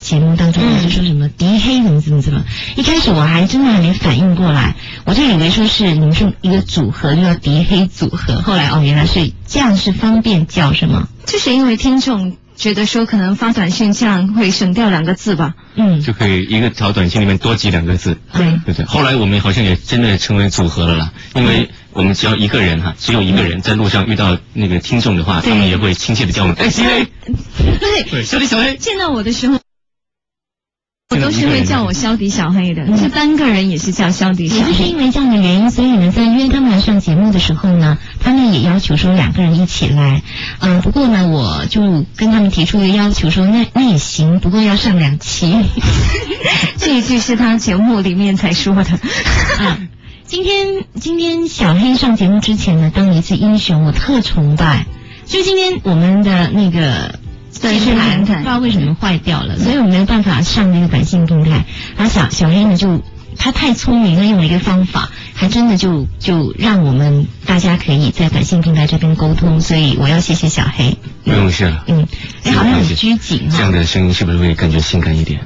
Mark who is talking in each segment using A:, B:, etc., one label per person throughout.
A: 节目当中呢，就说什么敌黑怎么怎么怎么，一开始我还真的还没反应过来，我就以为说是你们是一个组合，就叫敌黑组合，后来哦原来是这样是方便叫是吗？
B: 就是因为听众觉得说可能发短信这样会省掉两个字吧，
A: 嗯，
C: 就可以一个条短信里面多挤两个字，
A: 对，
C: 对不对？后来我们好像也真的成为组合了啦，因为我们只要一个人哈、只有一个人在路上遇到那个听众的话，
B: 对
C: 他们也会亲切的叫我们，哎，小黑，
B: 对，
C: 对，小黑，小黑，
B: 见到我的时候。我
C: 见到
B: 都
C: 一个人
B: 是会叫我肖迪小黑的，
A: 嗯
B: 是单个人也是叫肖迪小
A: 也就是
B: 黑。
A: 因为这样的原因，所以呢，在约他们来上节目的时候呢，他们也要求说两个人一起来。嗯、不过呢，我就跟他们提出一个要求说，那那也行，不过要上两期。
B: 这一句是他节目里面才说的。
A: 啊，今天今天小黑上节目之前呢，当一次英雄，我特崇拜。就今天我们的那个
B: 短信
A: 栏
B: 平
A: 不
B: 台
A: 知道为什么坏掉了，所以我没有办法上那个短信平台。然后小小黑呢就他太聪明了，用了一个方法，还真的就就让我们大家可以在短信平台这边沟通，所以我要谢谢小黑。
C: 不用谢了，
A: 嗯，哎，好像很拘谨啊
C: 这
A: 哈、
C: 样的声音是不是会感觉性感一点？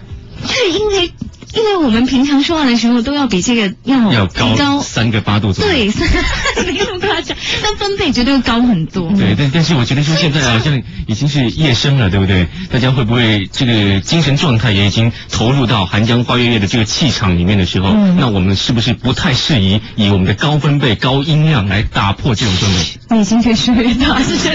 B: 对，因为因为我们平常说话的时候都要比这个要
C: 要
B: 哦提
C: 高嗯三个八度左右。
B: 对， 没那么夸张，但分贝绝对高很多。
C: 对，但但是我觉得说现在好像已经是夜深了，对不对？大家会不会这个精神状态也已经投入到《寒江花月夜》的这个气场里面的时候，
A: 嗯
C: 那我们是不是不太适宜以我们的高分贝、高音量来打破这种氛围？
B: 你已经可以说越大声。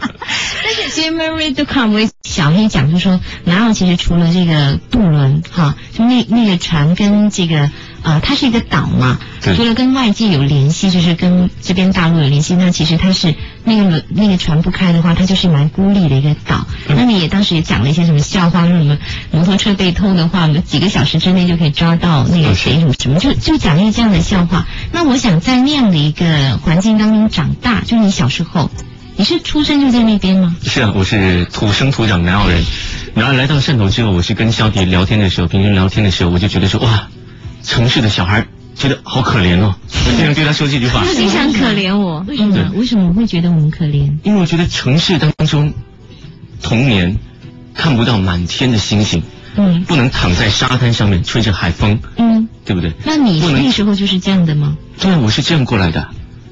B: 但是其实 Mary d u c o m
A: 小黑讲就说，南澳其实除了这个渡轮哈，就那那个船跟这个呃，它是一个岛嘛，
C: 对
A: 除了跟外界有联系，就是跟这边大陆有联系，那其实它是那个轮那个船不开的话，它就是蛮孤立的一个岛。
C: 嗯
A: 那你也当时也讲了一些什么笑话，说什么摩托车被偷的话，几个小时之内就可以抓到那个
C: 嗯
A: 谁什么哎什么，就就讲一些这样的笑话。那我想在那样的一个环境当中长大，就是你小时候，你是出生就在那边吗？
C: 是啊，我是土生土长南澳人，然后来到汕头之后，我是跟肖迪聊天的时候，平时聊天的时候，我就觉得说哇，城市的小孩觉得好可怜哦，我经常对他说这句
A: 啊
C: 话。
B: 非常可怜我。
A: 为什么？为什么会觉得我们可怜？
C: 因为我觉得城市当中，童年看不到满天的星星，
A: 嗯
C: 不能躺在沙滩上面吹着海风，
A: 嗯，
C: 对不对？
A: 那你
C: 不能
A: 那时候就是这样的吗？
C: 对啊，我是这样过来的。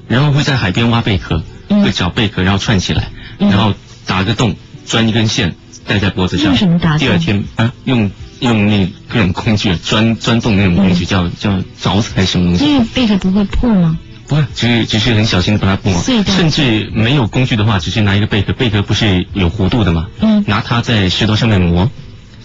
C: 然后会在海边挖贝壳，
A: 嗯
C: 会找贝壳，然后串起来，
A: 嗯
C: 然后打个洞，钻一根线，戴在脖子上。
A: 用什么打洞
C: 第二天啊，用用那各种工具，钻钻洞那种工
A: 嗯
C: 具，叫叫凿子还是什么东西？
A: 因为贝壳不会破吗？
C: 不是，只是只是很小心的把它剥
A: 碎
C: 完，
A: 掉
C: 甚至没有工具的话，只是拿一个贝壳，贝壳不是有弧度的吗？
A: 嗯
C: 拿它在石头上面磨，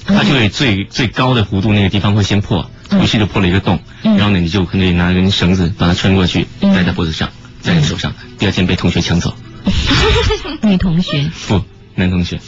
C: 它就会最、最高的弧度那个地方会先破，
A: 嗯
C: 于是就破了一个洞，
A: 嗯
C: 然后呢，你就可以拿一根绳子把它穿过去，
A: 嗯
C: 戴在脖子上，戴在手上，第二天被同学抢走，
A: 女同学
C: 不，男同学，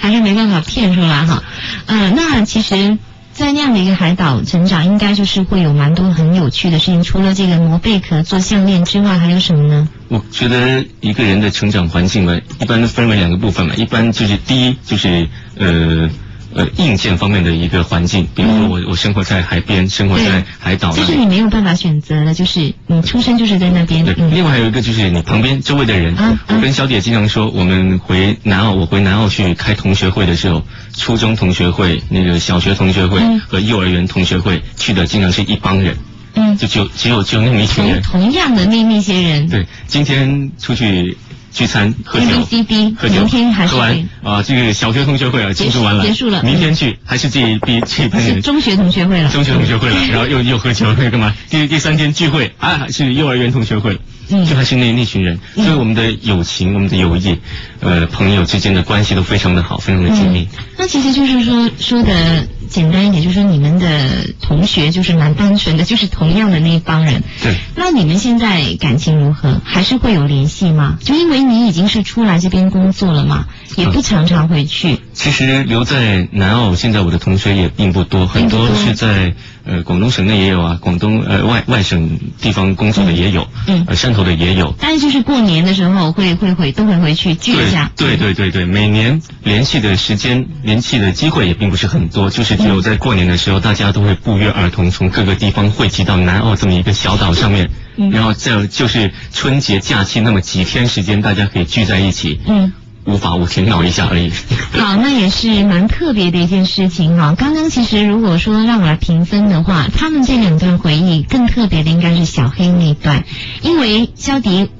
A: 还是没办法骗出来哈。呃，那其实。在那样的一个海岛成长，应该就是会有蛮多很有趣的事情。除了这个磨贝壳、做项链之外，还有什么呢？
C: 我觉得一个人的成长环境嘛，一般分为两个部分嘛，一般就是第一就是呃。呃，硬件方面的一个环境，比如
A: 嗯
C: 说我、我生活在海边，生活在海岛
A: 就
C: 那
A: 是
C: 里，
A: 你没有办法选择的，就是你出生就是在那边。
C: 对，
A: 嗯
C: 另外还有一个就是你旁边周围的人，
A: 嗯嗯
C: 我跟小姐经常说，我们回南澳，我回南澳去开同学会的时候，初中同学会、那个小学同学会
A: 嗯
C: 和幼儿园同学会去的，经常是一帮人，
A: 嗯，
C: 就只有只有只有那么一群
A: 同
C: 人。
A: 同样的那那些人，
C: 对，今天出去聚餐喝
A: A B
C: 酒
A: C D，
C: 喝酒，
A: 明天还是
C: 喝完啊，这个小学同学会啊，庆祝完了，
A: 结束了
C: 明天去还是这一批这一班
A: 是
C: 人。
A: 中学同学会了。
C: 哎中学同学会了，然后又又喝酒，那干嘛？第第三天聚会啊，是幼儿园同学会，
A: 嗯
C: 就还是那那群人，
A: 嗯
C: 所以我们的友情、我们的友谊，呃，朋友之间的关系都非常的好，非常的紧密。
A: 那其实就是说说的简单一点，就是说你们的同学就是蛮单纯的，就是同样的那一帮人。
C: 对，
A: 那你们现在感情如何？还是会有联系吗？就因为你已经是出来这边工作了嘛，也
C: 嗯
A: 不常常回去。
C: 其实留在南澳，现在我的同学也并不多，很多是在呃广东省内也有啊，广东呃外外省地方工作的也有，
A: 嗯嗯
C: 呃汕头的也有。
A: 但是就是过年的时候会会回都会回去聚一下。
C: 对对对对，每年联系的时间、联系的机会也并不是很多，就是只有在过年的时候，大家都会不约而同从各个地方汇集到南澳这么一个小岛上面，
A: 嗯
C: 然后再有就是春节假期那么几天时间，大家可以聚在一起。
A: 嗯
C: 无法无天闹一下 而已。
A: 好，那也是蛮特别的一件事情哈。刚刚其实如果说让我来评分的话，他们这两段回忆更特别的应该是小黑那一段，因为肖迪，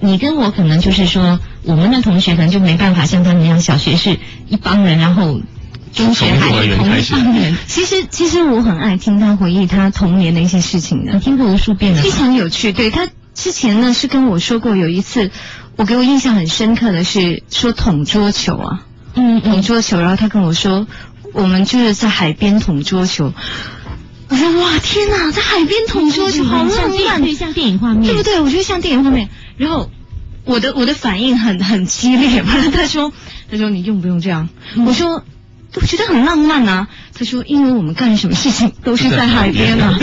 A: 你跟我可能就是说，我们的同学可能就没办法像他们一样，小学是一帮人，然后中学还
C: 从幼儿园
A: 同
C: 开
A: 一
C: 始
A: 帮人，
B: 其实其实我很爱听他回忆他童年的一些事情
A: 你
B: 的，
A: 听过无数遍了吧
B: 非。常有趣。对他之前呢是跟我说过有一次，我给我印象很深刻的是说捅桌球啊，
A: 嗯
B: 捅桌球，然后他跟我说我们就是在海边捅桌球。我说哇天哪，在海边捅桌球好浪
A: 像电
B: 漫，
A: 对，像电影画面，
B: 对不对？我觉得像电影画面。然后我的我的反应很很激烈，完了他说他说你用不用这样？
A: 嗯
B: 我说。我觉得很浪漫啊！他说，因为我们干什么事情都是在海边啊。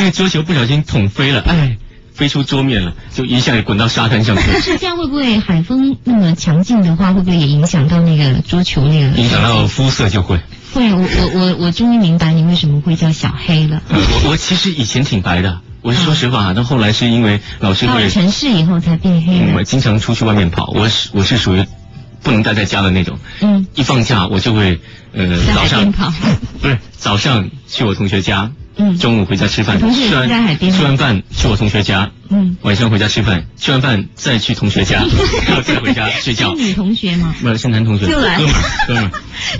C: 因为桌球不小心捅飞了，哎，飞出桌面了，就一下子滚到沙滩上去了
A: 但。 是这样会不会海风那么强劲的话，会不会也影响到那个桌球那个？
C: 影响到肤色就会。
A: 会，我我我我终于明白你为什么会叫小黑了。
C: 呃我我其实以前挺白的，我是说实
A: 嗯
C: 话，但后来是因为老师
A: 到
C: 会
A: 了城市以后才变黑
C: 嗯，
A: 了
C: 我。经常出去外面跑，我是我是属于不能待在家的那种。
A: 嗯，
C: 一放假我就会，呃，
A: 在
C: 早
A: 海边
C: 上
A: 跑。
C: 不是早上去我同学家，
A: 嗯
C: 中午回家吃饭，
A: 你同学也
C: 吃完
A: 住在海边吗
C: 吃完饭去我同学家，
A: 嗯，
C: 晚上回家吃饭，吃完饭再去同学 家，然后再回家睡
A: 是
C: 觉。
A: 女同学 吗？
C: 不是男同学，
B: 就来
C: 哥们儿哥们儿。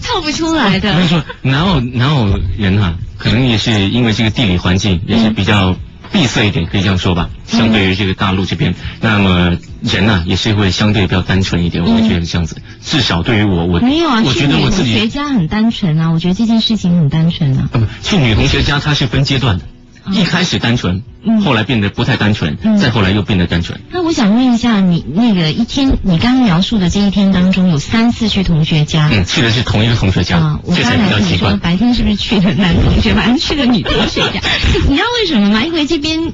B: 套不出来
C: 我跟你
B: 的。
C: 说，哪有哪有人啊？可能也是因为这个地理环境也是
A: 嗯
C: 比较闭塞一点，可以这样说吧。相对于这个大陆这边，那么人呢、也是会相对比较单纯一点，我
A: 嗯
C: 觉得是这样子。至少对于我，我
A: 没有啊，
C: 我
A: 去
C: 觉
A: 女
C: 得我自
A: 同学
C: 己，
A: 家很单纯啊，我觉得这件事情很单纯啊。
C: 呃不去女同学家，她是分阶段的，
A: 嗯
C: 一开始单纯，
A: 嗯
C: 后来变得不太单纯，
A: 嗯
C: 再后来又变得单纯。
A: 那我想问一下，你那个一天，你刚刚描述的这一天当中，有三次去同学家。
C: 嗯，去的是同一个同学家，
A: 啊，我
C: 这
A: 刚
C: 才比
A: 才
C: 较
A: 跟
C: 奇
A: 你说
C: 怪。
A: 白天是不是去的男同学，晚上去的女同学家？ 你知道为什么吗？因为这边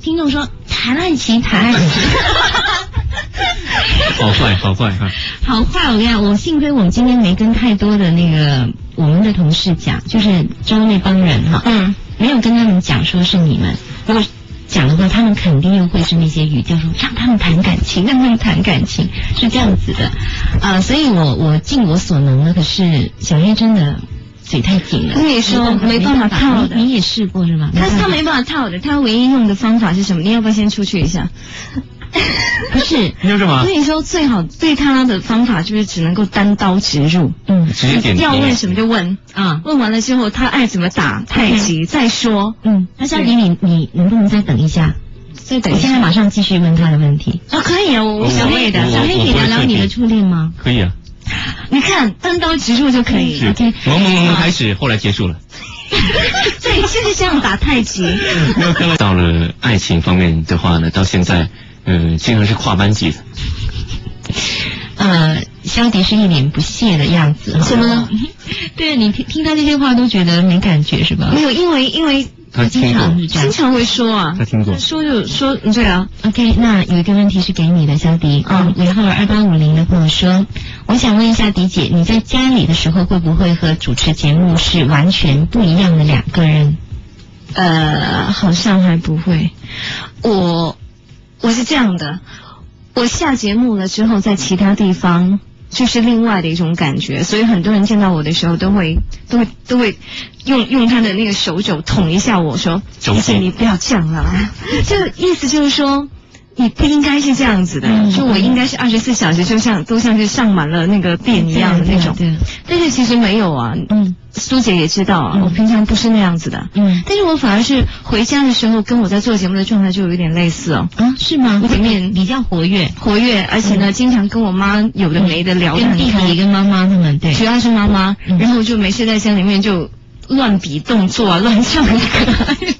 A: 听众说谈爱情，谈爱情。
C: 好坏，好坏啊！
A: 好坏，我跟你讲，我幸亏我们今天没跟太多的那个我们的同事讲，就是周围那帮人 哈，
B: 嗯，
A: 没有跟他们讲说是你们，如果讲的话，他们肯定又会是那些语调说让他们谈感情，让他们谈感情是这样子的，啊、所以我我尽我所能了，可是小叶真的嘴太紧了，
B: 我也说没办法套的
A: 你你也试过是吗？
B: 他
A: 办法
C: 嗯
B: 他没办法套的，他唯一用的方法是什么？你要不要先出去一下？
A: 不是，
C: 你说什
B: 我
C: 么？
B: 跟你说，最好对他的方法就是只能够单刀直入，
A: 嗯
C: 直接点题
B: 要问什么就问，
A: 啊，
B: 问完了之后他爱怎么打太
C: 嗯
B: 极再说。
A: 嗯，那夏琳，你你能不能再等一下？
B: 再等
A: 我
B: 一
A: 现在
B: 下
A: 马上继续问他的问题。
B: 啊，可以啊，我
C: 我
B: 无所谓的
C: 我。
A: 小黑，你聊聊你的初恋吗？
C: 可以啊。
B: 你看，单刀直入就可以
C: 是
B: 了。
A: OK
C: 萌萌萌萌开始，后来结束了。
B: 对，就是这样打太极。
C: 没有看到了爱情方面的话呢，到现在，呃，经常是跨班级的。
A: 呃，肖迪是一脸不屑的样子。
B: 怎么了？
A: 对你听听他这些话都觉得没感觉是吧
B: 没有，因为因为
C: 他听
A: 经常
C: 过，
A: 是这样
B: 经。常会说啊
C: 他，听过
B: 他。说就说，嗯对啊，
A: OK，那有一个问题是给你的，肖迪。
B: 嗯
A: 尾号二八五零的朋友说，我想问一下迪姐，你在家里的时候会不会和主持节目是完全不一样的两个人？
B: 呃，好像还不会。我我是这样的，我下节目了之后，在其他地方就是另外的一种感觉，所以很多人见到我的时候都会都会都会用用他的那个手肘捅一下我说：“
C: 肘
B: 而且
C: 击
B: 你不要这样了。” 就意思就是说。你不应该是这样子的，
A: 嗯
B: 就我应该是二十四小时，就像都像是上满了那个电一样的那种。
A: 对啊，对啊
B: 但是其实没有啊，
A: 嗯
B: 苏姐也知道啊，
A: 嗯
B: 我平常不是那样子的。
A: 嗯
B: 但是我反而是回家的时候，跟我在做节目的状态就有一点类似哦，
A: 啊，是吗？
B: 我怎么也
A: 比较活跃，
B: 活跃，而且
A: 嗯
B: 呢，经常跟我妈有的没的聊得
A: 跟
B: 很
A: 弟弟
B: 开，
A: 跟妈妈他们对。
B: 主要是妈妈
A: 嗯，
B: 然后就没事在家里面就乱比动作啊，乱唱歌，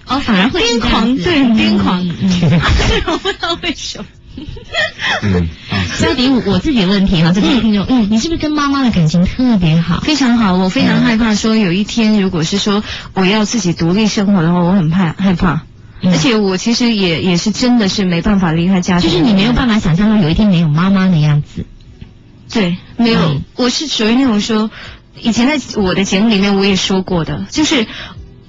A: 哦，反而会
B: 癫狂，对，
A: 嗯
B: 癫狂，我不知道为什么。
C: 嗯啊，
A: 肖迪，我自己的问题哈，这边有听众，嗯，你是不是跟妈妈的感情特别好？
B: 非常好，
A: 嗯
B: 我非常害怕说有一天，如果是说我要自己独立生活的话，我很怕害怕，
A: 嗯
B: 而且我其实也也是真的是没办法离开家
A: 就
B: 庭，
A: 是你没有办法想象到有一天没有妈妈的样子。
B: 对，没有，
A: 嗯
B: 我是属于那种说，以前在我的节目里面我也说过的，就是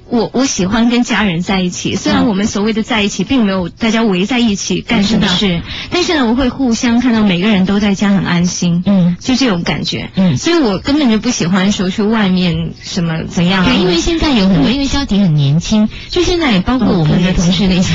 B: 我我喜欢跟家人在一起，虽然
A: 嗯
B: 我们所谓的在一起，并没有大家围在一起干什么
A: 我知
B: 事，但是呢，我会互相看到每个人都在家很安心，
A: 嗯
B: 就这种感觉。
A: 嗯。
B: 所以我根本就不喜欢说去外面什么怎样啊、
A: 对，因为现在有很多，因为肖迪很年轻，就现在也包括我们的同事那些，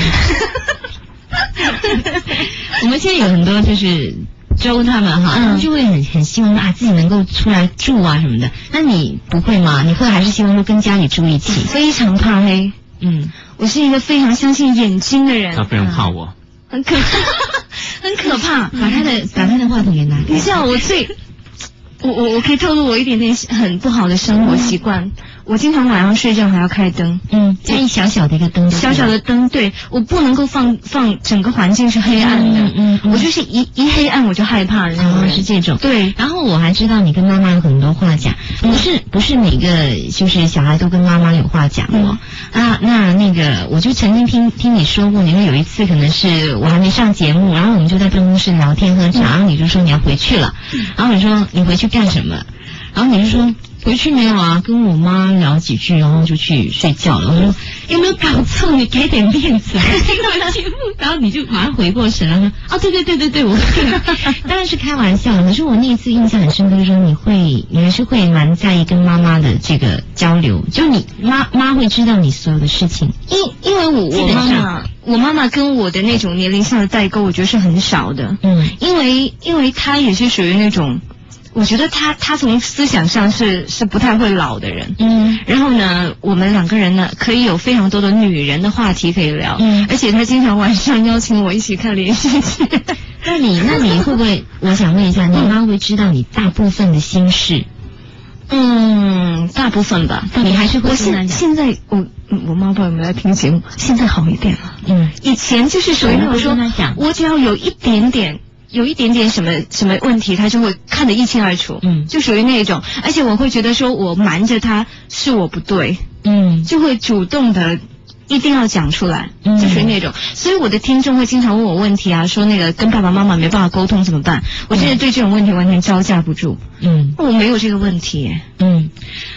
A: 我们现在有很多就是周他们哈，
B: 嗯
A: 他们就会很很希望啊自己能够出来住啊什么的。那你不会吗？你会还是希望说跟家里住一起？
B: 非常怕黑。
A: 嗯，
B: 我是一个非常相信眼睛的
C: 他
B: 人，嗯
C: 非常怕我。
B: 很可 怕，很可怕。
A: 把他的把他的话筒给拿开。
B: 你知道我最， 我我我可以透露我一点点很不好的生活习惯。我经常晚上睡觉还要开灯，
A: 嗯，加一小小的一个灯，
B: 小小的灯，对我不能够放放整个环境是黑暗的，
A: 嗯嗯嗯
B: 我就是一一黑暗我就害怕的那种
A: 啊
B: 人。
A: 是这种。
B: 对，
A: 然后我还知道你跟妈妈有很多话讲，不是不是每个就是小孩都跟妈妈有话讲哦。啊，那那个我就曾经听听你说过，你说有一次可能是我还没上节目，然后我们就在办公室聊天喝茶，然后你就说你要回去了，然后我说你回去干什么？然后你就说回去没有啊，跟我妈聊几句，然后就去睡觉了。我说有没有搞错？你给点面 子啊，听我节目，然后你就马上回过神来说啊，对对对对对，我当然是开玩笑的。可是我那一次印象很深刻，就是说你会，你还是会蛮在意跟妈妈的这个交流，就你妈妈会知道你所有的事情。
B: 因因为我
A: 基
B: 我
A: 本
B: 妈
A: 上
B: 妈，我妈妈跟我的那种年龄上的代沟，我觉得是很少的。
A: 嗯
B: 因为因为他也是属于那种，我觉得他他从思想上是是不太会老的人。
A: 嗯
B: 然后呢，我们两个人呢可以有非常多的女人的话题可以聊，
A: 嗯
B: 而且他经常晚上邀请我一起看连续剧。
A: 那你那你会不会？我想问一下，你妈会不会知道你大部分的心 事？
B: 嗯，大部分吧。
A: 你还是会跟
B: 我
A: 她
B: 现
A: 讲？
B: 现在我嗯我妈不知道有没有在听节目，现在好一点了。
A: 嗯
B: 以前就是属于那种说
A: 我跟她讲，
B: 我只要有一点点。有一点点什么什么问题，他就会看得一清二楚，
A: 嗯
B: 就属于那种，而且我会觉得说我瞒着他是我不对，
A: 嗯
B: 就会主动的一定要讲出来，
A: 嗯
B: 就属于那种。所以我的听众会经常问我问题啊，说那个跟爸爸妈妈没办法沟通怎么办？我真的对这种问题完全招架不住，
A: 嗯
B: 我没有这个问题耶。
A: 嗯，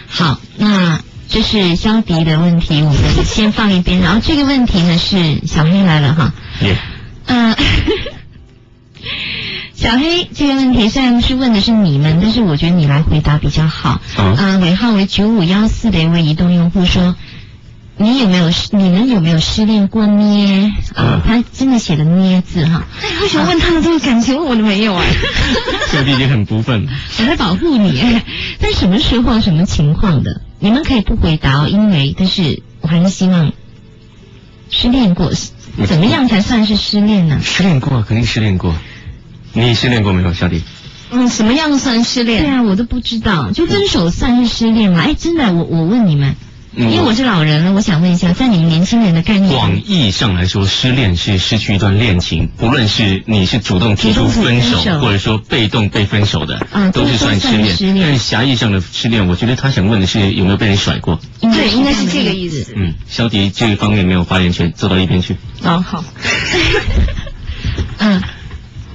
A: 好，那这是肖迪的问题，我们先放一边。然后这个问题呢是小黑来了哈。
C: 耶、
A: 嗯， 小黑这个问题虽然是问的是你们，但是我觉得你来回答比较好。
C: 好
A: 呃，尾号为九五幺四的一位移动用户说。你有没有失？你们有没有失恋过呢？啊
C: 嗯，
A: 他真的写的“呢”字哈，
B: 哎，为什么问他们这个感情，我都没有啊？
C: 小弟已经很不忿了。
A: 我在保护你。 但什么时候、什么情况的，你们可以不回答、哦，因为但是我还是希望失恋过，怎么样才算是失恋呢？
C: 失恋过，肯定失恋过。你失恋过没有，小弟？
B: 嗯，什么样算失
A: 对
B: 恋？
A: 啊，我都不知道，就分手算是失恋吗？哎，真的，我我问你们，
C: 嗯
A: 因为我是老人了，我想问一下，在你们年轻人的概念里，
C: 广义上来说，失恋是失去一段恋情，不论是你是主动提出分手，
A: 主动提分手
C: 或者说被动被分手的，
A: 啊
C: 都是算失
A: 都
C: 恋
A: 算。失恋
C: 但是狭义上的失恋，我觉得他想问的是有没有被人甩过。
B: 对，应该是这个
A: 思。
B: 意思。
C: 嗯，肖迪这个方面没有发言权，坐到一边去。
B: 哦，好。
A: 嗯，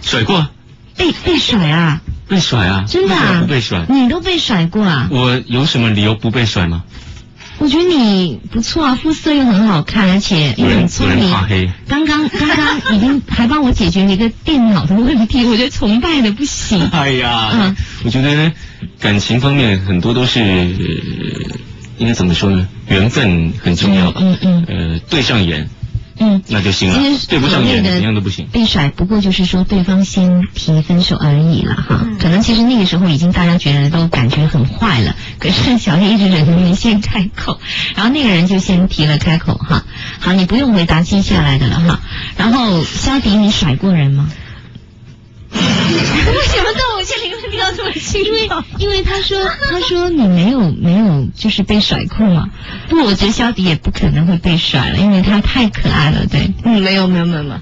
C: 甩过，
A: 被被甩啊，
C: 被甩啊，
A: 真的
C: 为什么
A: 啊
C: 不，被甩。
A: 你都被甩过啊？
C: 我有什么理由不被甩吗？
A: 我觉得你不错啊，肤色又很好看，而且又
C: 有人
A: 很
C: 有
A: 聪
C: 人
A: 明
C: 怕。黑。
A: 刚刚刚刚已经还帮我解决了一个电脑的问题， 我觉得崇拜的不行。
C: 哎呀，
A: 嗯
C: 我觉得感情方面很多都是、呃应该怎么说呢？缘分很重要吧。
A: 嗯嗯
C: 呃，对上眼
A: 嗯，
C: 那就行了
A: 其实，
C: 对不上眼
A: 所谓的
C: 怎样都不行。
A: 被甩不过就是说对方先提分手而已了哈，
B: 嗯
A: 可能其实那个时候已经大家觉得都感觉很坏了，可是小黑一直忍无先开口，然后那个人就先提了开口哈。好，你不用回答接下来的了哈。然后肖迪，你甩过人吗？
B: 为什么到我这里问题要这么清楚？
A: 因为他说他说你没有没有就是被甩过嘛，不，我觉得肖迪也不可能会被甩了，因为他太可爱了，对。
B: 嗯，没有没有没有没有，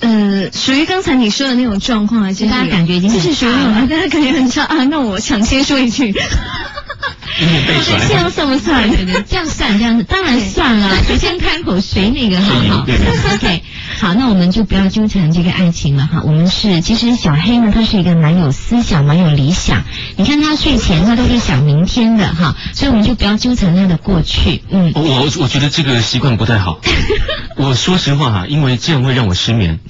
B: 呃，属于刚才你说的那种状况啊，就是
A: 大家感觉已经很
B: 就是属于
A: 差了
B: 我 大家感觉很差啊。那我抢先说一句，
C: 因为被甩，
B: 这样算不算？
A: 对对，这样算这样，当然算了，谁先开口谁那个好
C: 谁赢
A: 好
C: 对对
A: ，OK。好，那我们就不要纠缠这个爱情了哈。我们是，其实小黑呢，他是一个蛮有思想、蛮有理想。你看他睡前他都是想明天的哈，所以我们就不要纠缠他的过去。嗯，
C: 我我我觉得这个习惯不太 好。我说实话哈、因为这样会让我失眠，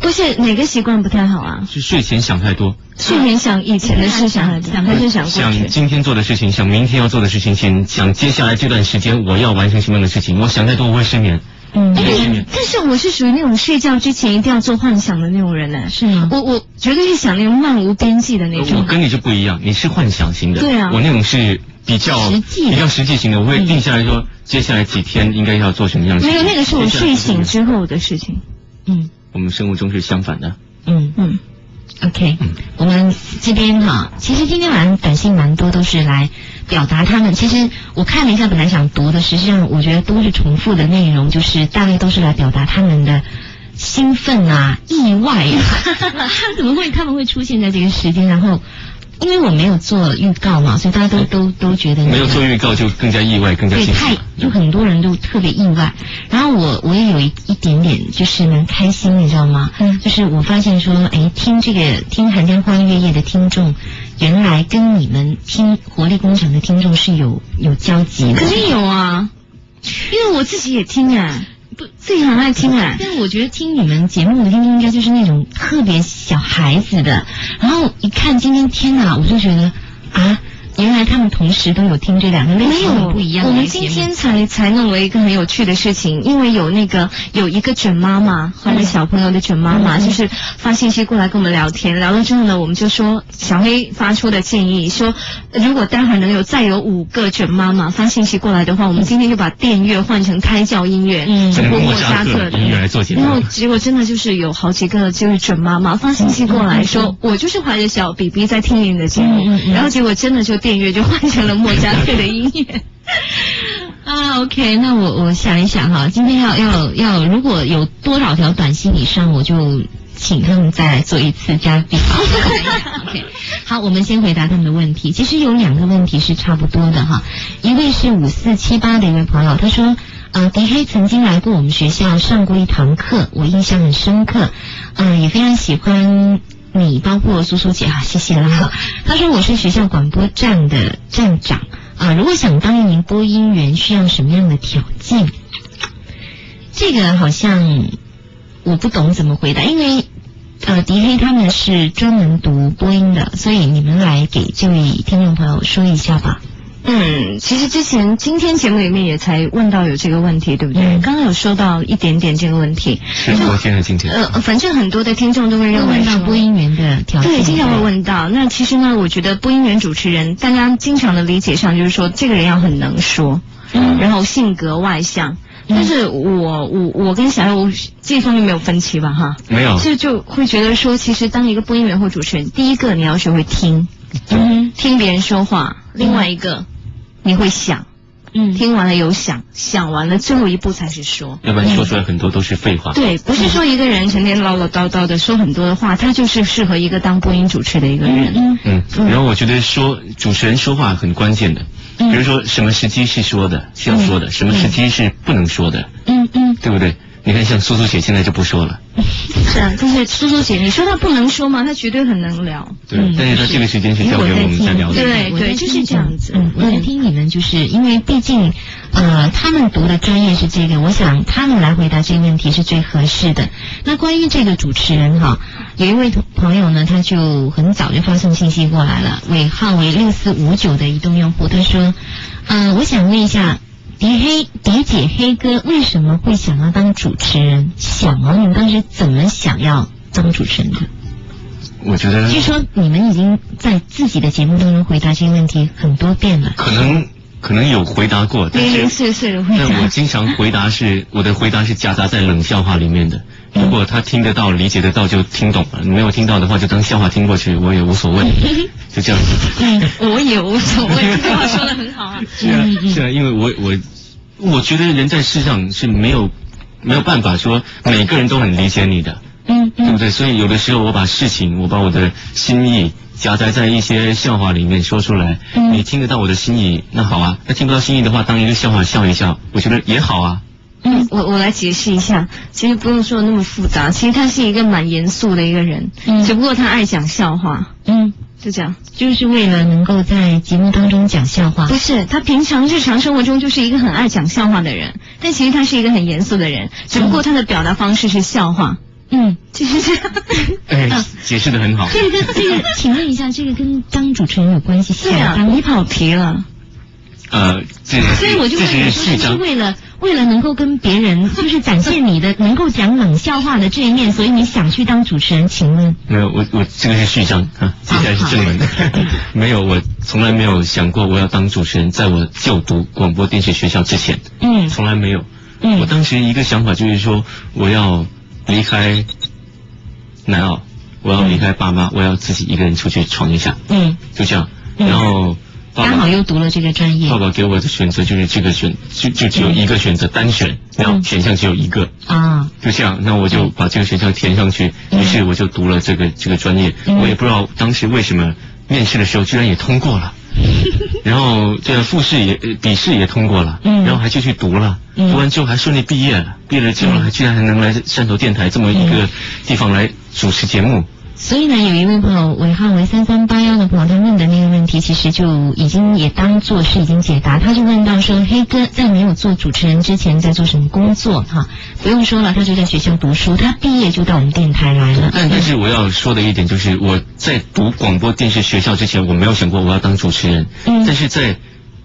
B: 不是哪个习惯不太好啊？
C: 就睡前想太多，
B: 睡前想以前的事，想想还是想过
C: 想
B: 去。
C: 今天做的事情，想明天要做的事情，想想接下来这段时间我要完成什么样的事情。我想太多我会失眠，
A: 嗯
C: 我
B: 哎
C: 会失眠。
B: 但是我是属于那种睡觉之前一定要做幻想的那种人呢、
A: 是吗？
B: 我我绝对是想那种漫无边际的那
C: 我
B: 种。
C: 跟你就不一样，你是幻想型的，
B: 对啊
C: 我那种是比较
A: 实际的
C: 比较实际型的，我会定下来说接下来几天应该要做什么样的事
B: 没
C: 情。
B: 有，那个是我
C: 接下来
B: 睡
C: 要做什
B: 醒
C: 么样的事情
B: 之后的事情。
A: 嗯
C: 我们生物钟是相反的。
A: 嗯。
B: 嗯，
A: OK，我
C: 嗯
A: 们这边哈、其实今天晚上短信蛮多都是来表达他们。其实我看了一下，本来想读的，实际上我觉得都是重复的内容，就是大概都是来表达他们的兴奋啊、意外啊。 他怎么会他们会出现在这个时间？然后因为我没有做预告嘛，所以大家都都都觉得那个
C: 嗯没有做预告就更加意外，更加
A: 对，
C: 惊
A: 太
C: 喜。
A: 有很多人都特别意外。然后我我也有一一点点就是蛮开心，你知道吗？
B: 嗯
A: 就是我发现说，哎，听这个听《寒江花月夜》的听众，原来跟你们听《活力工厂》的听众是有有交集的。
B: 肯定有啊，因为我自己也听啊，不自己很爱听啊。
A: 但我觉得听你们节目的听众应该就是那种特别小孩子的，然后一看今天天哪，我就觉得啊，原来他们同时都有听这两个类
B: 没
A: 型
B: 有
A: 不一样的
B: 我们
A: 节目
B: 今天才才弄了一个很有趣的事情，因为有那个有一个准妈妈怀了小朋友的准妈妈，
A: 嗯
B: 就是发信息过来跟我们聊天，聊了之后呢，我们就说小黑发出的建议说，如果待会儿能有再有五个准妈妈发信息过来的话，我们今天就把电乐换成胎教音乐，
A: 嗯
B: 就
C: 整个
B: 播
C: 莫
B: 莫
C: 扎
B: 扎
C: 特
B: 特
C: 音乐
B: 的。
C: 来做节目
B: 然，后结果真的就是有好几个就是准妈妈发信息过来说，我就是怀着小 BB 在听你的节目，
A: 嗯嗯嗯
B: 然后结果真的就电乐就换成了莫扎特的音乐。
A: 啊，OK，那我我想一想哈，今天要要要，如果有多少条短信以上，我就请他们再来做一次加比方。OK，好，我们先回答他们的问题。其实有两个问题是差不多的哈，一位是五四七八的一位朋友，他说。呃，迪黑曾经来过我们学校上过一堂课，我印象很深刻，嗯、也非常喜欢你，包括苏苏姐啊，谢谢啦。他说我是学校广播站的站长啊，如果想当一名播音员，需要什么样的条件？这个好像我不懂怎么回答，因为呃，迪黑他们是专门读播音的，所以你们来给这位听众朋友说一下吧。
B: 嗯，其实之前今天节目里面也才问到有这个问题，对不对？
A: 嗯
B: 刚刚有说到一点点这个问题，
C: 是昨天的今天。
B: 呃，反正很多的听众都会认为
A: 问到
B: 说
A: 播音员的条件，
B: 对，经常会问到。那其实呢，我觉得播音员主持人，大家经常的理解上就是说，这个人要很能说，
C: 嗯
B: 然后性格外向。但是我我我跟小友这方面没有分歧吧哈，
C: 没
A: 哦
C: 有，
B: 这就会觉得说，其实当一个播音员或主持人，第一个你要学会听，
A: 嗯
B: 听别人说话；另外一个，你会想，
A: 嗯
B: 听完了有想，想完了最后一步才是说。
C: 要不然说出来很多都是废话。
B: 对，不是说一个人成天唠唠叨叨的说很多的话，他就是适合一个当播音主持的一个人。
A: 嗯
C: 嗯，
A: 嗯
C: 然后我觉得说主持人说话很关键的，比
A: 嗯
C: 如说什么时机是说的是要说的，什么时机是不能说的，
A: 嗯嗯，
C: 对不对？你看像苏苏姐现在就不说了，
B: 是啊，但是苏苏姐，你说她不能说吗？她绝对很能聊。
C: 对，
A: 嗯
C: 但是她这个时间是交给我们在聊的。
B: 对
A: 我在听
B: 就是这样子
A: 嗯，我在听你们，就是因为毕竟，呃，他们读的专业是这个，我想他们来回答这个问题是最合适的。那关于这个主持人哈，有一位朋友呢，他就很早就发送信息过来了，尾号为六四五九的移动用户，他说，呃，我想问一下。迪黑迪姐黑哥为什么会想要当主持人？想啊，你们当时怎么想要当主持人的？
C: 我觉得
A: 据说你们已经在自己的节目当中回答这个问题很多遍了。
C: 可能可能有回答过，但
B: 零
C: 是
B: 零碎碎的回
C: 但我
B: 答。
C: 经常回答是我的回答是夹杂在冷笑话里面的。如果他听得到、理解得到就听懂了，没有听到的话就当笑话听过去，我也无所谓，就这样子。
A: 嗯
B: 我也无所 谓，这句话说的很好啊。
C: 是啊
A: 嗯嗯，
C: 是啊，因为我我我觉得人在世上是没有没有办法说每个人都很理解你的，
A: 嗯
C: 对不
A: 嗯
C: 对？所以有的时候我把事情，我把我的心意夹杂在一些笑话里面说出来，
A: 嗯
C: 你听得到我的心意，那好啊；那听不到心意的话，当一个笑话笑一笑，我觉得也好啊。
A: 嗯嗯
B: 我我来解释一下，其实不用说得那么复杂，其实他是一个蛮严肃的一个人，
A: 嗯
B: 只不过他爱讲笑话，
A: 嗯，
B: 就这样。
A: 就是为了能够在节目当中讲笑话
B: 不。是，他平常日常生活中就是一个很爱讲笑话的人，但其实他是一个很严肃的人，只不过他的表达方式是笑话，
A: 嗯，
B: 就是这样。
C: 哎
A: 啊，
C: 解释的很好。
A: 这个跟这个，请问一下，这个跟当主持人有关系？
B: 对啊，
A: 想当
B: 你跑题了。
C: 呃，这
A: 所以我就
C: 这
A: 问
C: 是
A: 你说，
C: 序
A: 是不是
C: 章。
A: 为了为了能够跟别人， 就是展现你的能够讲冷笑话的这一面，所以你想去当主持人？请问，
C: 没有，我我这个是序章啊，接下来是正文
A: 好好。
C: 没有，我从来没有想过我要当主持人，在我就读广播电视学校之前，
A: 嗯
C: 从来没有。我
A: 嗯
C: 当时一个想法就是说，我要离开南澳，我要离开爸妈，我要自己一个人出去闯一下，
A: 嗯，
C: 就这样。
A: 嗯
C: 然后爸
A: 刚好
C: 爸
A: 又读了这个专业
C: 爸爸给我的选择就是这个选，就就只有一个选择，单选，然后
A: 嗯
C: 选项只有一个。
A: 啊，
C: 就这样，那我就把这个选项填上去，
A: 嗯
C: 于是我就读了这个这个专业。
A: 嗯
C: 我也不知道当时为什么面试的时候居然也通过了， 然后这个复试也呃笔试也通过了，
A: 嗯
C: 然后还就去读了，
A: 嗯
C: 读完之后还顺利毕业了。毕业了之后
A: 嗯
C: 还居然还能来汕头电台这么一个地方来主持节目，
A: 所以呢，有一位朋友尾号为三三八幺的朋友，他问的那个问题，其实就已经也当做是已经解答。他就问到说，黑哥在没有做主持人之前，在做什么工作？哈、不用说了，他就在学校读书，他毕业就到我们电台来了。
C: 但但是我要说的一点就是，我在读广播电视学校之前，我没有想过我要当主持人。
A: 嗯
C: 但是在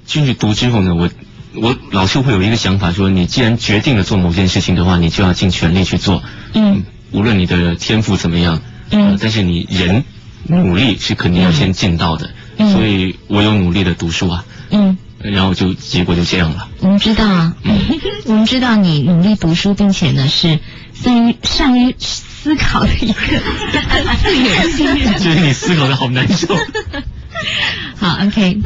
C: 进去读之后呢，我我老是会有一个想法说，你既然决定了做某件事情的话，你就要尽全力去做。
A: 嗯，
C: 无论你的天赋怎么样，
A: 嗯
C: 呃但是你人努力是肯定要先尽到的。
A: 嗯
C: 所以我有努力的读书啊，
A: 嗯。
C: 然后就结果就这样 了。
A: 我们知道啊，我们知道你努力读书，并且呢是善于善于思考的一个自由性人。
C: 觉得你思考的好难受。
A: 好，OK，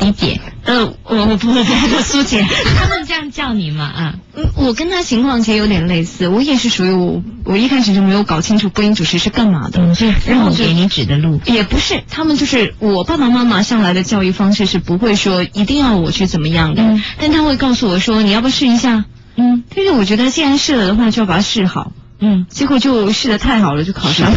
A: 李姐，
B: 呃，我我不会我苏姐。
A: 他们这样叫你嘛啊？
B: 嗯，我跟他情况其实有点类似，我也是属于我，我一开始就没有搞清楚播音主持是干嘛的。
A: 嗯，这父
B: 然后
A: 母
B: 就
A: 给你指的路。
B: 也不是，他们就是我爸爸妈妈上来的教育方式是不会说一定要我去怎么样的，
A: 嗯
B: 但他会告诉我说你要不要试一下。
A: 嗯
B: 但是我觉得既然试了的话，就要把它试好。
A: 嗯
B: 结果就试的太好了，就考上了，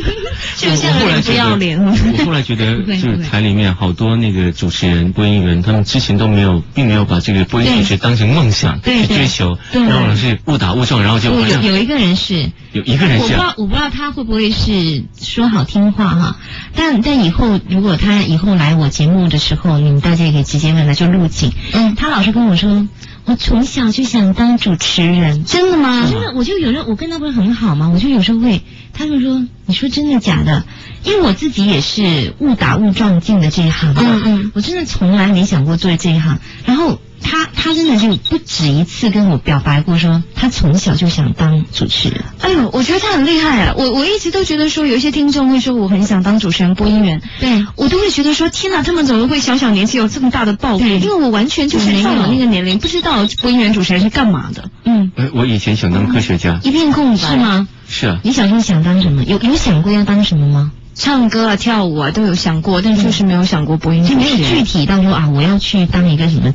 B: 就像
C: 我后来
B: 人不
C: 觉得
B: 要脸了。
C: 我后来觉得，就是台里面好多那个主持人、播音员，他们之前都没有，并没有把这个播音主持当成梦想
A: 对
C: 去
A: 对
C: 追求，
A: 对
C: 然后老是误打误撞，然后就
A: 有
C: 好像
A: 有一个人是，
C: 有一个人
A: 我不
C: 这
A: 知
C: 样
A: 道，我不知道他会不会是说好听话哈、但但以后如果他以后来我节目的时候，你们大家也可以直接问他，就录进。
B: 嗯，
A: 他老是跟我说，我从小就想当主持人。
B: 真的吗？
A: 真的，我就有时候我跟他不是很好嘛，我就有时候会，他就说，你说真的假的？因为我自己也是误打误撞进的这一行的，
B: 嗯嗯
A: 我真的从来没想过做这一行。然后他他真的就不止一次跟我表白过说，他从小就想当主持人。
B: 哎呦，我觉得他很厉害啊！我我一直都觉得说，有一些听众会说我很想当主持人、播音员，
A: 对
B: 我都会觉得说，天哪，他们怎么会小小年纪有这么大的抱负？
A: 对
B: 因为我完全就是
A: 我没有
B: 到了那个年龄，不知道播音员、主持人是干嘛的，
A: 嗯，
C: 呃我以前想当科学家，
A: 一片空白是吗？
C: 是啊，
A: 你小时候想当什么？有有想过要当什么吗？
B: 唱歌啊、跳舞啊都有想过，但就是嗯没有想过播音
A: 就
B: 主
A: 没有
B: 持
A: 具
B: 人。
A: 体到说啊，我要去当一个什么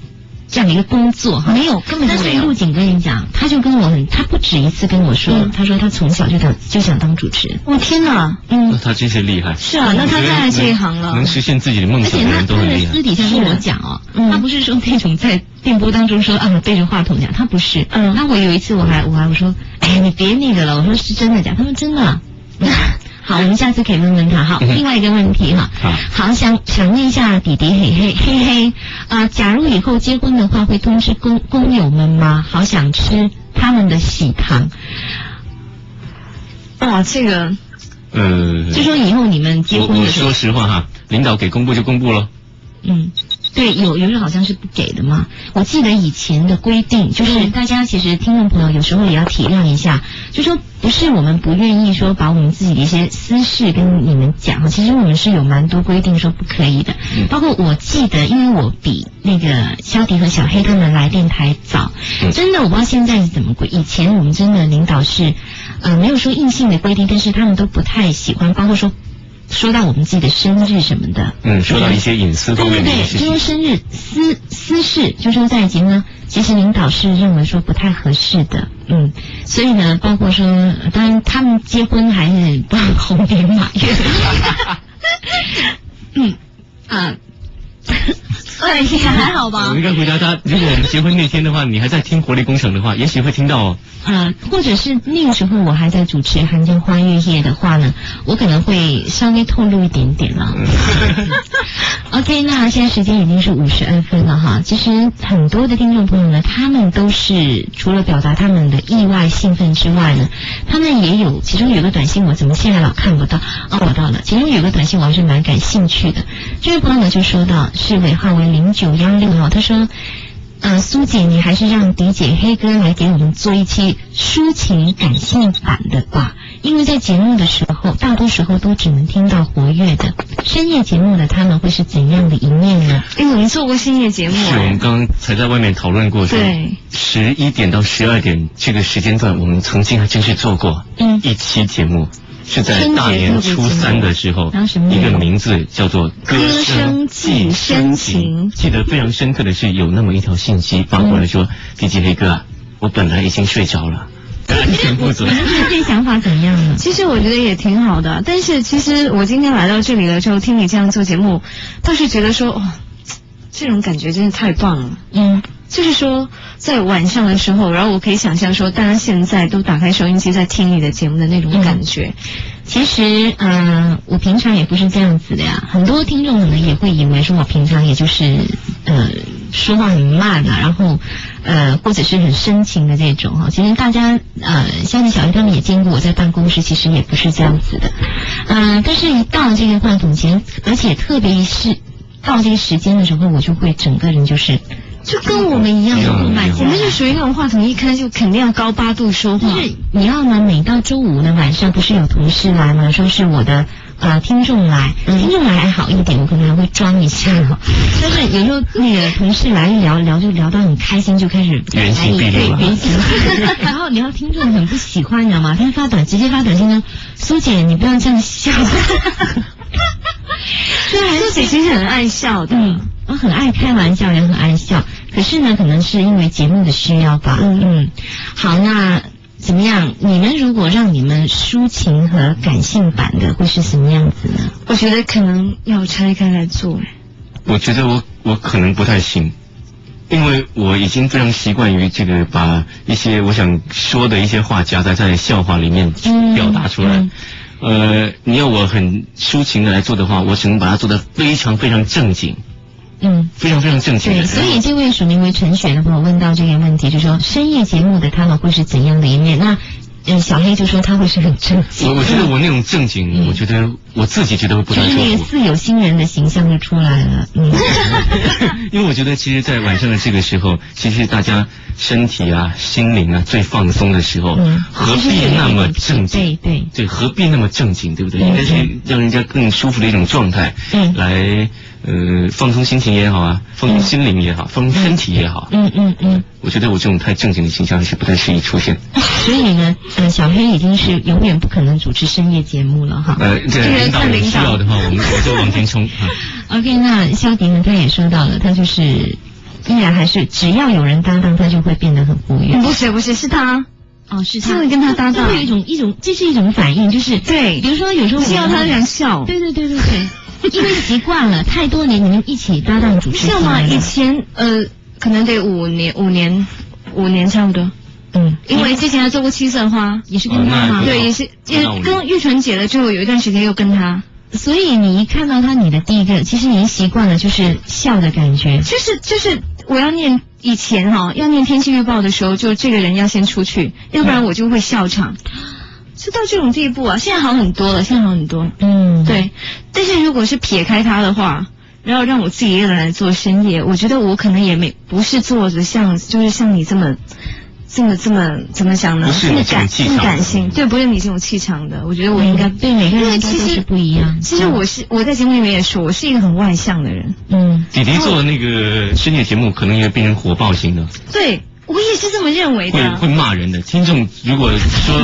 A: 这样的一个工作哈，
B: 没有根本就
A: 但
B: 没
A: 是
B: 有
A: 陆景跟你讲，他就跟我很，他不止一次跟我说，
B: 嗯
A: 他说他从小就想就想当主持人，
B: 我天哪！
C: 那
A: 嗯，
C: 哦他真是厉害。
B: 是啊，那他
C: 能
B: 在这一行
C: 能
B: 了
C: 能。实现自己的梦
A: 而
C: 想
A: 且
C: 的
A: 他
C: 人都
A: 他
C: 很
A: 的
C: 厉害
A: 私。底下跟我讲哦，
B: 嗯
A: 他不是说那种在电波当中说啊对着话筒讲，他不是，
B: 嗯
A: 那我有一次我还我还我说，哎你别那个了，我说是真的假的，他说真的 啊。嗯好，我们下次可以问问他哈。
C: 嗯
A: 另外一个问题哈，
C: 好
A: 好，想想问一下弟弟嘿 嘿嘿嘿，啊、假如以后结婚的话，会通知工工友们吗？好想吃他们的喜糖，
B: 哇，哦这个
C: 呃，
A: 就说以后你们结
C: 我
A: 婚
C: 我
A: 的时候
C: 说，实话哈，领导给公布就公布了。
A: 嗯，对，有有时候好像是不给的嘛。我记得以前的规定，就是
B: 嗯
A: 大家其实听众朋友有时候也要体谅一下，就说不是我们不愿意说把我们自己的一些私事跟你们讲，其实我们是有蛮多规定说不可以的。
C: 嗯
A: 包括我记得，因为我比那个肖迪和小黑他们来电台早，
C: 嗯
A: 真的我不知道现在是怎么规。以前我们真的领导是，呃，没有说硬性的规定，但是他们都不太喜欢，包括说。说到我们自己的生日什么的，
C: 嗯，说到一些隐私
A: 对
C: 方
A: 对
C: 面的一
A: 对，就
C: 些事情
A: 是。生日私私事，就说在节目呢，其实领导是认为说不太合适的，嗯，所以呢，包括说，呃当然他们结婚还是不红颜马月，嗯啊，
B: 哎呀，还好吧
C: 我应？该回答他，如果我们结婚那天的话，你还在听活力工程的话，也许会听到哦。
A: 啊，或者是那个时候我还在主持《寒江花月夜》的话呢，我可能会稍微透露一点点了。OK，那现在时间已经是五十二分了哈。其实很多的听众朋友呢，他们都是除了表达他们的意外、兴奋之外呢，他们也有，其中有个短信我怎么现在老看不到？哦，我到了，其中有个短信我还是蛮感兴趣的。这位朋友呢就说到是尾号为零九幺六哈，他说。呃，苏姐，你还是让迪姐黑哥来给我们做一期抒情感性版的吧，因为在节目的时候，大多时候都只能听到活跃的，深夜节目的他们会是怎样的一面呢？
B: 哎，我们做过深夜节目，
C: 是我们刚刚才在外面讨论过，
B: 对，
C: 十一点到十二点这个时间段，我们曾经还真是做过
A: 嗯
C: 一期节目，是在大年初三的时
A: 春节特别节目
C: 候
A: 然后什么，内
C: 一
A: 容
C: 个名字叫做《
B: 歌声寄深情
C: 记得非常深刻的是，有那么一条信息发过来
A: 嗯
C: 说：“迪吉黑哥啊，我本来已经睡 着了，完全不准。”
A: 这想法怎样呢？
B: 其实我觉得也挺好的，但是其实我今天来到这里了之后，听你这样做节目，倒是觉得说，哇、这种感觉真是太棒了。
A: 嗯，
B: 就是说，在晚上的时候，然后我可以想象说，大家现在都打开收音机在听你的节目的那种感觉。
A: 其实，呃，我平常也不是这样子的呀。很多听众可能也会以为说我平常也就是，呃，说话很慢啊，然后，呃，或者是很深情的这种哈。其实大家，呃，像你小鱼他们也见过我在办公室，其实也不是这样子的。嗯、但是一到这个话筒前，而且特别是到这个时间的时候，我就会整个人就是，
B: 就跟我们一样，
C: 一样
B: 我
C: 一样
B: 们是属于那种话筒一开就肯定要高八度说
A: 就
B: 话，
A: 是你要呢，每到周五呢晚上不是有同事来吗？说是我的呃听众来，听众来还好一点，我可能还会装一下哈。但是有时候那个同事来一聊聊就聊到很开心，就开始
C: 原形毕露了
A: 对原形毕露 然后你要听众很不喜欢，你知道吗？他发短直接发短信呢，苏姐你不要这样 笑。虽然
B: 自己其实很爱笑的。
A: 嗯，我很爱开玩笑，也很爱笑。可是呢，可能是因为节目的需要吧。
B: 嗯
A: 嗯，好，那怎么样？你们如果让你们抒情和感性版的，会是什么样子呢？
B: 我觉得可能要拆开来做。
C: 我觉得我我可能不太行，因为我已经非常习惯于这个把一些我想说的一些话夹杂在笑话里面
A: 嗯
C: 表达出来。
A: 嗯
C: 呃，你要我很抒情的来做的话，我只能把它做得非常非常正经，
A: 嗯。
C: 非常非常正经的。
A: 对，所以这位署名为陈雪的朋友问到这个问题，就说深夜节目的他们会是怎样的一面？那，嗯，小黑就说他会是很正经，
C: 我我觉得我那种正经，
A: 嗯
C: 我觉得我自己觉得会不
A: 就
C: 太
A: 是
C: 舒
A: 那个
C: 服。
A: 似有心人的形象就出来了。嗯，
C: 因为我觉得，其实，在晚上的这个时候，其实大家身体啊、心灵啊最放松的时候，
A: 嗯
C: 何必那么正经？
A: 对对
C: 对，何必那么正经，对不对？
A: 嗯
C: 应该是让人家更舒服的一种状态，
A: 嗯
C: 来呃放松心情也好啊，放松心灵也好，放松身体也好。
A: 嗯嗯嗯。
C: 我觉得我这种太正经的形象还是不太适宜出现。
A: 所以呢，呃，小黑已经是永远不可能主持深夜节目了哈。
C: 呃，这
B: 这个
C: 领导
B: 看
C: 有
B: 领
C: 需
B: 导
C: 要的话，我们我就往 前冲啊。
A: OK，那肖迪呢，他也说到了，他就是嗯依然还是只要有人搭档，他就会变得很活跃。
B: 不是不是，是他，
A: 哦，是
B: 他会跟他搭档
A: 这会有一种一种，这是一种反应，就是
B: 对
A: 比如说有时候我
B: 只要
A: 们
B: 他想笑。
A: 对对对对对。因为习惯了，太多年你们一起搭档主
B: 你
A: 持
B: 知道吗？
A: 节目了
B: 以前呃，可能得五年，五年，五年差不多。
A: 嗯，
B: 因为之前还做过七色花，
A: 也是跟他
C: 哦那
A: 嘛，
C: 也
B: 对，也是也
C: 那我们
B: 跟玉纯姐了之后，有一段时间又跟他，
A: 所以你一看到他，你的第一个，其实你习惯了就是笑的感觉，
B: 就是就是我要念以前哈、要念天气预报的时候，就这个人要先出去，要不然
C: 嗯
B: 我就会笑场，就到这种地步啊。现在好很多了，现在好很多。
A: 嗯，，
B: 对，但是如果是撇开他的话，然后让我自己一个人来做深夜，我觉得我可能也没不是做的像就是像你这么。这么这么怎么讲呢？
C: 不是你这种
B: 感
C: 气
B: 不
C: 场嗯
B: 感性，对，不是你这种气场的。我觉得我应该
A: 对每个
B: 因
A: 人
B: 为
A: 都
B: 其
A: 是
B: 实
A: 不一样。
B: 其实我是我在节目里面也说，我是一个很外向的人。
A: 嗯，
C: 弟弟做那个深夜节目，可能也变成火爆型的，
B: 对，我也是这么认为
C: 会
B: 的。
C: 会骂人的。听众如果说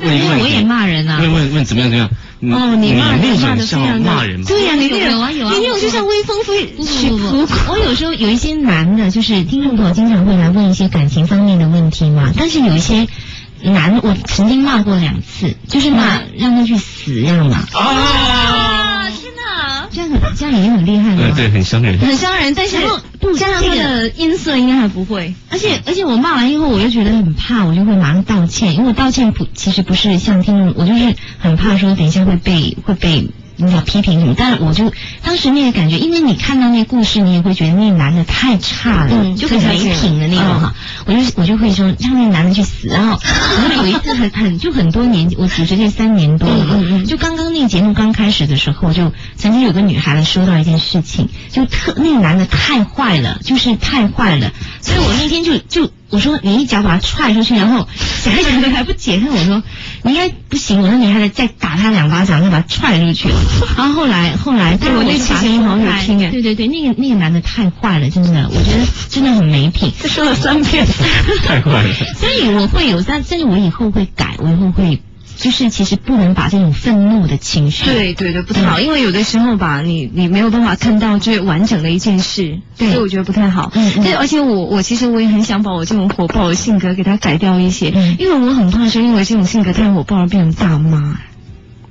C: 问一个问
A: 因为
C: 题，
A: 我也骂人啊。
C: 嗯问问问怎么样怎么样？嗯
A: 哦你骂人
C: 那
A: 骂得
C: 种叫
A: 非常的
C: 骂人吗？
A: 对呀、你那
B: 有
A: 种
B: 有啊有啊
A: 你那种就像微风吹
B: 不不
A: 曲
B: 不
A: 扑过。我有时候有一些男的，就是听众朋友经常会来问一些感情方面的问题嘛，但是有一些男，我曾经骂过两次，就是骂、
C: 嗯
A: 让他去死这样嘛，
C: 啊，
B: 天哪，
A: 这样很这样已经很厉害了
C: 呃，
A: 嘛。
C: 对，很伤人。
B: 很伤人，但是
A: 然后不
B: 加上他
A: 这个
B: 的音色应该还不会。
A: 而且而且我骂完以后，我就觉得很怕，我就会马上道歉，因为我道歉不其实不是像听众，我就是很怕说等一下会被会被人家批评什么，但我就当时那个感觉，因为你看到那个故事，你也会觉得那个男的太差了，
B: 嗯
A: 就很没品的那种哈、我就我就会说让那个男的去死，然后 我就有一次很很就很多年，我主持这三年多了嘛，
B: 嗯嗯嗯
A: 就刚刚那个节目刚开始的时候，就曾经有个女孩子说到一件事情，就特那个男的太坏了，就是太坏了，所以我那天就就我说你一脚把他踹出去，然后想一想都还不解恨，我说你应该不行，我说你还得再打他两巴掌，再把他踹出 去。然后后来后来，但是
B: 我那
A: 就
B: 期
A: 把
B: 节目
A: 他
B: 好像有
A: 踹
B: 听哎
A: 对对对，那个那个男的太坏了，真的，我觉得真的很没品。
B: 他说了三遍，
C: 太 坏了。
A: 所以我会有，但但是我以后会改，我以后会，就是其实不能把这种愤怒的情绪，
B: 对对对，不太好，因为有的时候吧，你你没有办法看到最完整的一件事，
A: 对
B: 所以我觉得不太好。
A: 嗯嗯
B: 对，而且我我其实我也很想把我这种火爆的性格给它改掉一些，
A: 嗯
B: 因为我很怕说因为这种性格太火爆而变成大妈，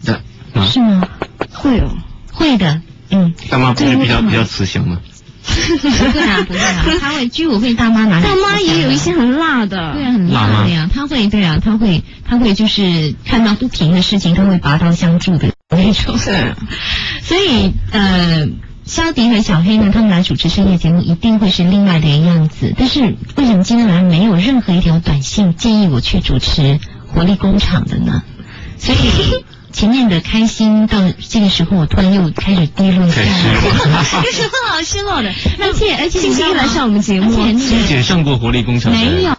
C: 大妈，
A: 是吗？
B: 会哦。
A: 会的，嗯，
C: 大妈不是比较
A: 对
C: 比较慈祥吗？
A: 不会啊，不会啊，他会居委会大妈拿
B: 大妈也有一些。很辣的，
A: 对啊，很辣
C: 辣吗
A: 的呀，他会，对啊，他会，他会就是看到不平的事情，他会拔刀相助的那种。
B: 是，啊
A: 所以呃，肖迪和小黑呢，他们来主持深夜节目一定会是另外的一个样子。但是为什么今天晚上没有任何一条短信建议我去主持活力工厂的呢？ 所以前面的开心到这个时候，我突然又开始低落下
C: 开
A: 来
C: 始
A: 了。
B: 有什么好失落的？
A: 而且而且
B: 星期一来上我们节目，啊
A: 而且那个
C: 金姐上过活力工厂，
A: 没有，